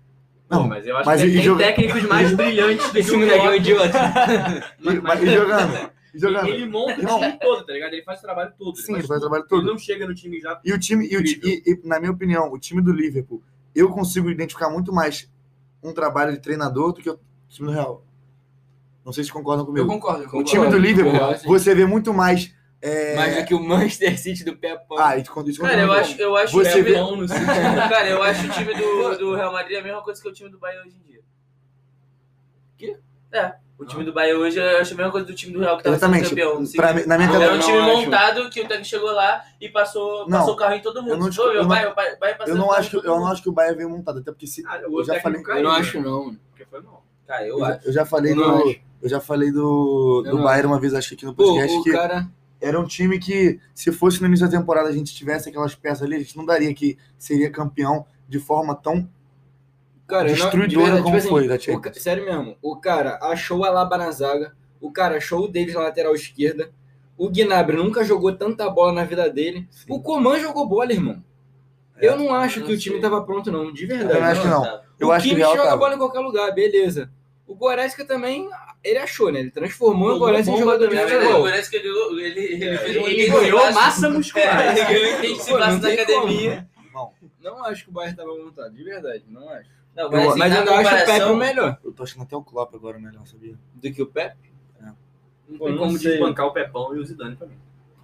D: Não,
F: Pô, mas eu acho
D: mas
F: que
D: e
F: tem
D: joga-
F: técnicos
D: [laughs]
F: mais brilhantes do que um o Klopp.
C: um idiota.
D: E, mas, e jogando? E jogando?
F: Ele monta o
D: Não.
F: time todo, tá ligado? Ele faz o trabalho todo.
D: Sim, ele
F: ele,
D: faz o trabalho
F: tudo. ele
D: todo.
F: não chega no time já.
D: E o time, e, o ti- e- e, na minha opinião, o time do Liverpool, eu consigo identificar muito mais um trabalho de treinador do que o time do Real. Não sei se concordam
B: Eu
D: comigo.
B: concordo, eu
D: o
B: concordo.
D: time do Liverpool,
C: Eu acho-
D: você vê muito mais. é,
C: Mais do que o Manchester City do Pepe.
D: Ah, isso quando isso
E: Cara, eu
D: conta muito.
E: acho, eu acho é
D: Você
E: o time-
D: vê-
F: no
E: Cara, eu acho o time do, do Real Madrid a mesma coisa que o time do Bayern hoje em dia.
C: Quê?
E: É. O time do Bayern hoje eu acho a mesma coisa do time do Real que tava sendo
D: Exatamente.
E: campeão. Sim.
D: Pra mim- na minha
C: Ah,
E: Era um
D: cabeça,
C: eu
E: time
C: não acho.
E: montado que o técnico chegou lá e passou,
D: Não,
E: passou o carro em todo
D: eu não
E: mundo.
D: discu-
E: Pô, meu
D: eu
E: pai, o pai, pai
D: eu
E: passando
D: não
E: carro em
D: acho que
E: todo
D: eu não
E: mundo.
D: acho que o Bayern veio montado, até porque se
F: Ah, o
D: eu
F: outro
D: já
F: técnico
D: falei,
C: Eu não
F: caiu,
C: acho, não. mano.
F: né? Porque foi mal.
E: Cara, eu
D: eu já,
E: acho.
D: eu já falei
C: Eu não
D: do
C: acho.
D: eu já falei do,
C: Eu
D: do
C: não
D: Bayern uma vez acho que aqui no
C: Pô,
D: podcast
C: o
D: que é
C: cara.
D: era um time que, se fosse no início da temporada, a gente tivesse aquelas peças ali, a gente não daria que seria campeão de forma tão.
C: Cara, eu não-
D: Destruidora
C: de verdade, tipo assim,
D: como foi da
C: o
D: Champions.
C: ca- Sério mesmo. O cara achou a Laba na zaga. O cara achou o Davis na lateral esquerda. O Gnabry nunca jogou tanta bola na vida dele. O Coman jogou bola, irmão.
D: É.
C: Eu não acho
E: Eu
C: que
E: não
C: o time
E: sei.
C: tava pronto, É, não. De
D: Eu
C: verdade.
D: acho que não.
E: Tá.
D: Eu
C: o
D: acho que é o
C: Kimmich
D: Real
C: joga
D: tava.
C: bola em qualquer lugar, beleza. O Goretzka também ele achou, né? Ele transformou o
F: Jogou
C: Gorense em
F: bomba
C: jogador de
F: também,
E: Cara,
F: né?
E: o
C: futebol.
E: Goretzka ganhou- ele,
C: É,
E: ele fez um
F: Ele
E: item de
F: ganhou
E: braço.
F: massa muscular.
E: É, ele ganhou um item de
C: Pô, não
E: braço na
C: tem
E: academia.
C: como, né?
D: Não,
C: Não acho que o Bayern estava montado, de verdade, não acho.
E: Não,
C: Mas,
E: assim, na
C: ainda acho o Pepe
E: comparação-
C: o melhor
D: eu tô achando até o Klopp agora melhor, sabia?
C: do que o Pepe.
F: Não
C: Pô,
F: tem
C: não
F: como
C: sei.
F: desbancar o Pepão e o Zidane pra mim.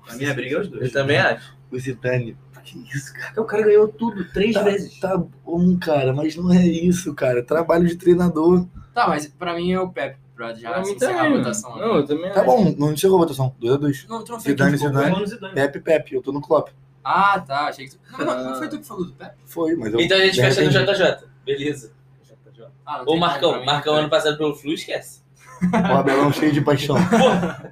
F: A minha briga é os dois.
E: Eu também acho.
D: O Zidane. Tá, Que isso, cara?
F: O cara ganhou tudo três
D: Tá, tá bom, cara, mas não é isso, cara. Trabalho de treinador.
B: Tá, mas pra mim é o Pepe, pra
E: Ah,
B: já
C: Pra
B: assim,
C: mim
E: é
B: encerrar a
C: também. né?
B: votação.
E: né?
C: Não, eu também
D: Tá
C: acho.
D: bom, não chegou a votação. 2 a 2
B: Não, tu não foi
D: Zidane,
B: tu que falou.
D: Zidane.
F: no Zidane.
D: Pepe, Pepe, eu tô no Klopp.
B: Ah, tá, achei que tu... Não, não, não foi tu que falou do Pepe?
D: Foi, mas eu.
E: Então a gente
D: de
E: fecha no
D: repente,
E: JJ. Beleza.
B: Ah, não tem
E: Ou
B: como pra
E: Marcão.
B: mim.
E: Marcão ano passado pelo Flu, esquece.
D: [laughs] O Abelão cheio de paixão.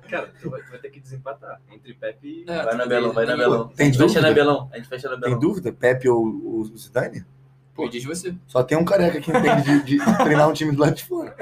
F: Cara, tu vai, tu vai ter que desempatar entre Pepe e.
B: É,
E: Vai na
B: tudo
E: Belão,
B: bem,
E: vai na
B: tem-
E: Belão.
D: Tem
E: a gente fecha
D: dúvida?
E: na Belão. A gente fecha na
D: Tem
E: Belão.
D: dúvida? Pepe ou ou o Zidane?
B: Pô, diz você.
D: Só tem um careca que entende de, de treinar um time do lado de fora.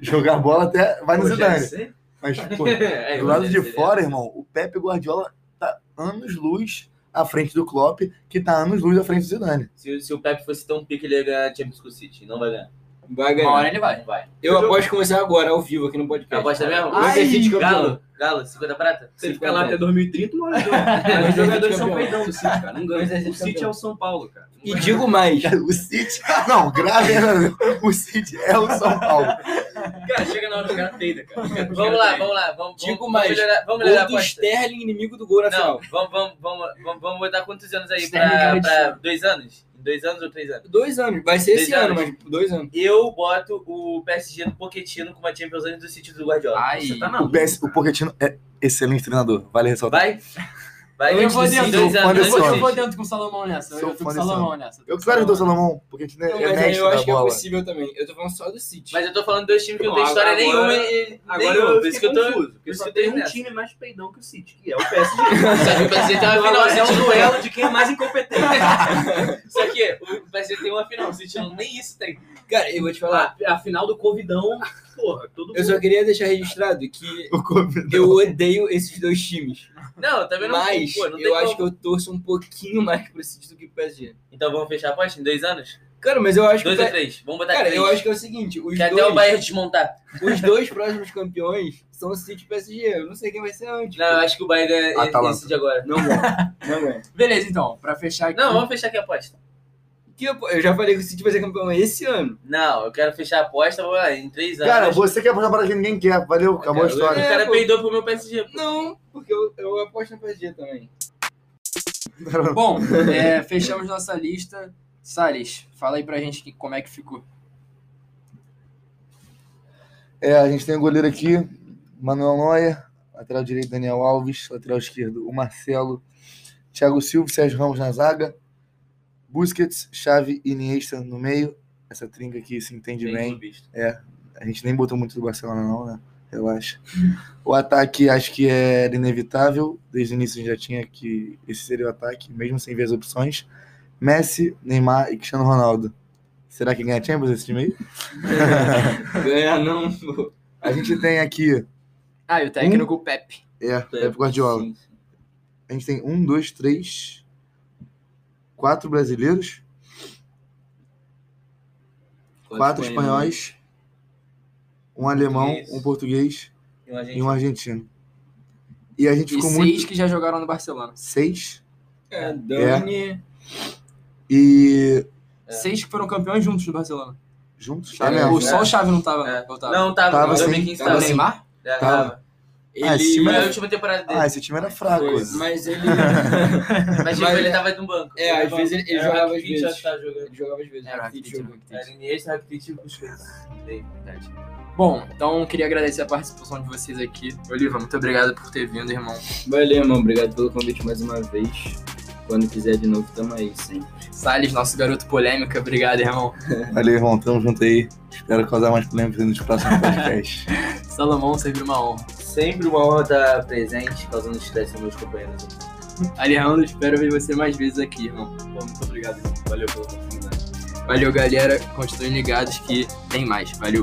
D: Jogar bola até vai no
F: Pô, já
D: Zidane.
F: sei.
D: Mas, pô,
C: [laughs]
E: É,
D: do lado de
E: ele-
D: fora,
C: assim.
D: irmão, o Pepe Guardiola tá anos-luz à frente do Klopp, que tá anos-luz à frente do Zidane. [laughs]
E: Se, se o Pepe fosse tão pique, ele ia ganhar a Champions com o City. Não vai ganhar.
C: Vai
B: Uma hora
C: ganhar.
B: ele vai.
E: Vai.
C: Eu aposto começar agora, ao vivo, aqui no podcast.
E: Aposta mesmo?
C: Ai,
E: Manchester City
C: campeão.
E: Galo, Galo, 50 prata?
F: Se ele ficar lá até 2030, não ganha. Mas os jogadores são peidão do City, cara. Não ganha.
C: Mas a gente
F: O City
C: campeão.
F: é o São Paulo, cara. Não
C: E
F: ganha.
C: digo mais.
D: O City. Não, grave era. O City é o São Paulo.
E: Cara, chega na hora do cara peida, cara. Vamos lá, vamos lá. Vamos,
C: Digo
E: vamos,
C: mais,
E: Vamos melhorar, vamos melhorar a
C: Gol do
E: é aposta.
C: Sterling, inimigo do gol na
E: Não,
C: final.
E: vamos, vamos, vamos, vamos, vamos botar quantos anos aí?
B: Sterling
E: Pra,
D: é
B: garantido.
E: pra dois anos? Em dois anos ou três anos?
C: Dois anos. Vai ser esse
E: Dois
C: ano,
E: anos.
C: mas dois anos.
E: Eu boto o PSG no Pochettino com uma Champions antes do City do Guardiola.
B: Ai,
F: Você tá
D: O,
F: maluco.
D: PS, o Pochettino é excelente treinador, vale ressaltar.
E: Vai? Vai,
B: Eu
E: antes
B: vou
E: do City,
B: dentro,
E: dois
D: eu vou
E: anos
B: Eu vou,
E: antes
D: Anderson.
B: eu
E: do
B: vou
E: City.
B: dentro com o Salomão nessa.
D: Sou
B: Eu tô
D: fã
B: com o
D: desse
B: Salomão nessa.
D: Eu quero do Salomão, Pochettino
C: Não,
D: é
C: mas aí
D: mestre
C: eu
D: da
C: acho que é
D: bola.
C: possível também. Eu tô falando só do City.
E: Mas eu tô falando dois times que não tem
F: Não,
E: história
F: agora-
E: nenhuma e.
F: Agora
E: nenhum,
F: eu
E: por isso que
F: fiquei
E: eu tô.
F: confuso,
E: por
F: porque
E: isso que
F: só
E: eu tô
F: tem
E: indo
F: um
E: nessa.
F: time mais peidão que o City, que é o PSG.
E: Só que o PSG tem uma final. o
F: Agora é
E: City
F: um
E: não tem.
F: duelo de quem é mais incompetente.
E: [laughs] Só que o PSG tem uma final, o City não, nem isso tem.
C: Cara, eu vou te falar.
F: [laughs]
E: Ah,
F: A, a final do Covidão, porra, todo mundo.
C: Eu só queria deixar registrado que
D: O Covid.
E: [laughs]
C: eu odeio esses dois times.
E: Não, eu também Tá não.
C: Mas
E: pô, não tem
C: eu
E: como.
C: acho que eu torço um pouquinho mais pro City do que pro PSG.
E: Então vamos fechar a aposta em dois anos?
C: Cara, mas eu acho que.
E: Dois
C: o
E: ou
C: Pe-
E: três? Vamos botar
C: Cara,
E: três.
C: eu acho que é o seguinte: os
E: que até o
C: dois,
E: Bayern desmontar.
C: os dois próximos campeões são o City e o PSG. Eu não sei quem vai ser antes.
E: Não, eu acho que o Bayern ganha
D: Atalanta.
E: esse de agora.
C: Não ganha. Não é. ganha.
B: Beleza, então, pra fechar aqui.
E: Não, vamos fechar aqui a aposta.
C: Que eu, eu já falei que o City vai ser campeão esse ano.
E: Não, eu quero fechar a aposta vamos lá, em três anos.
D: Cara, você quer apostar para que ninguém quer. Valeu, acabou a
E: Cara, O
D: história.
E: cara
C: É, pô.
E: peidou pro meu PSG. pô.
C: Não, porque eu, eu aposto no PSG também.
B: Bom, é, fechamos nossa lista. Salles, fala aí pra gente que- como é que ficou.
D: É, a gente tem o goleiro aqui, Manuel Noia, lateral direito Daniel Alves, lateral esquerdo o Marcelo, Thiago Silva, Sérgio Ramos na zaga, Busquets, Chave e Iniesta no meio. Essa trinca aqui se entende
E: Bem
D: bem. É,
E: clubista.
D: A gente nem botou muito do Barcelona não, né? Relaxa.
E: Hum.
D: O ataque acho que era inevitável, desde o início a gente já tinha que esse seria o ataque, mesmo sem ver as opções. Messi, Neymar e Cristiano Ronaldo. Será que ganha Champions esse time aí?
C: Ganhar não, pô.
D: A gente tem aqui,
B: Ah, e o técnico Pepe.
D: é, Pep Guardiola.
E: Sim, sim.
D: A gente tem um, dois, três, quatro brasileiros, quatro
C: né?
D: espanhóis, um alemão,
E: Português.
D: um português
E: E um
D: e
E: argentino.
D: um argentino. E a gente
B: E
D: ficou
B: seis
D: muito.
B: que já jogaram no Barcelona.
D: Seis.
C: É, Dani.
D: E.
E: É.
B: Seis que foram campeões juntos no Barcelona.
D: Juntos?
E: É,
D: Tá
B: Ou
D: mesmo?
B: só o Chave não assim, tava,
E: É.
B: né? Ou tava.
E: Não, tava.
D: Tava
E: em
D: sim,
E: 2015
B: Tava
E: tava.
B: o Neymar?
E: É,
D: Tava.
E: tava.
C: Ele...
D: Ah, esse
E: Foi a
D: time
E: última temporada dele.
D: Ah, esse time era fraco.
C: Foi, Mas ele.
E: mas, tipo,
C: mas-
E: ele tava no banco.
C: É, às vezes ele, ele jogava às
E: Rakitic, acho
C: vezes.
E: que tava jogando.
C: Ele jogava às vezes.
B: Era
C: Rakitic
B: Rakitic,
C: jogou.
E: Era Iniesta, Rakitic e Busquets. Bem, verdade.
B: Bom, então queria agradecer a participação de vocês aqui. Oliva, muito obrigado por ter vindo, irmão.
C: Valeu, irmão. Obrigado pelo convite mais uma vez. Quando quiser de novo, tamo aí, sim.
B: Salles, nosso garoto polêmica, obrigado, irmão.
D: Valeu, irmão. Tamo junto aí. Espero causar mais polêmicas nos próximos podcasts.
B: Salomão, sempre uma honra.
E: Sempre uma honra estar presente, causando estresse nos meus companheiros.
B: Alejandro, espero ver você mais vezes aqui, irmão. Muito obrigado.
E: Valeu pela oportunidade.
B: Valeu, galera. Continuem ligados que tem mais. Valeu.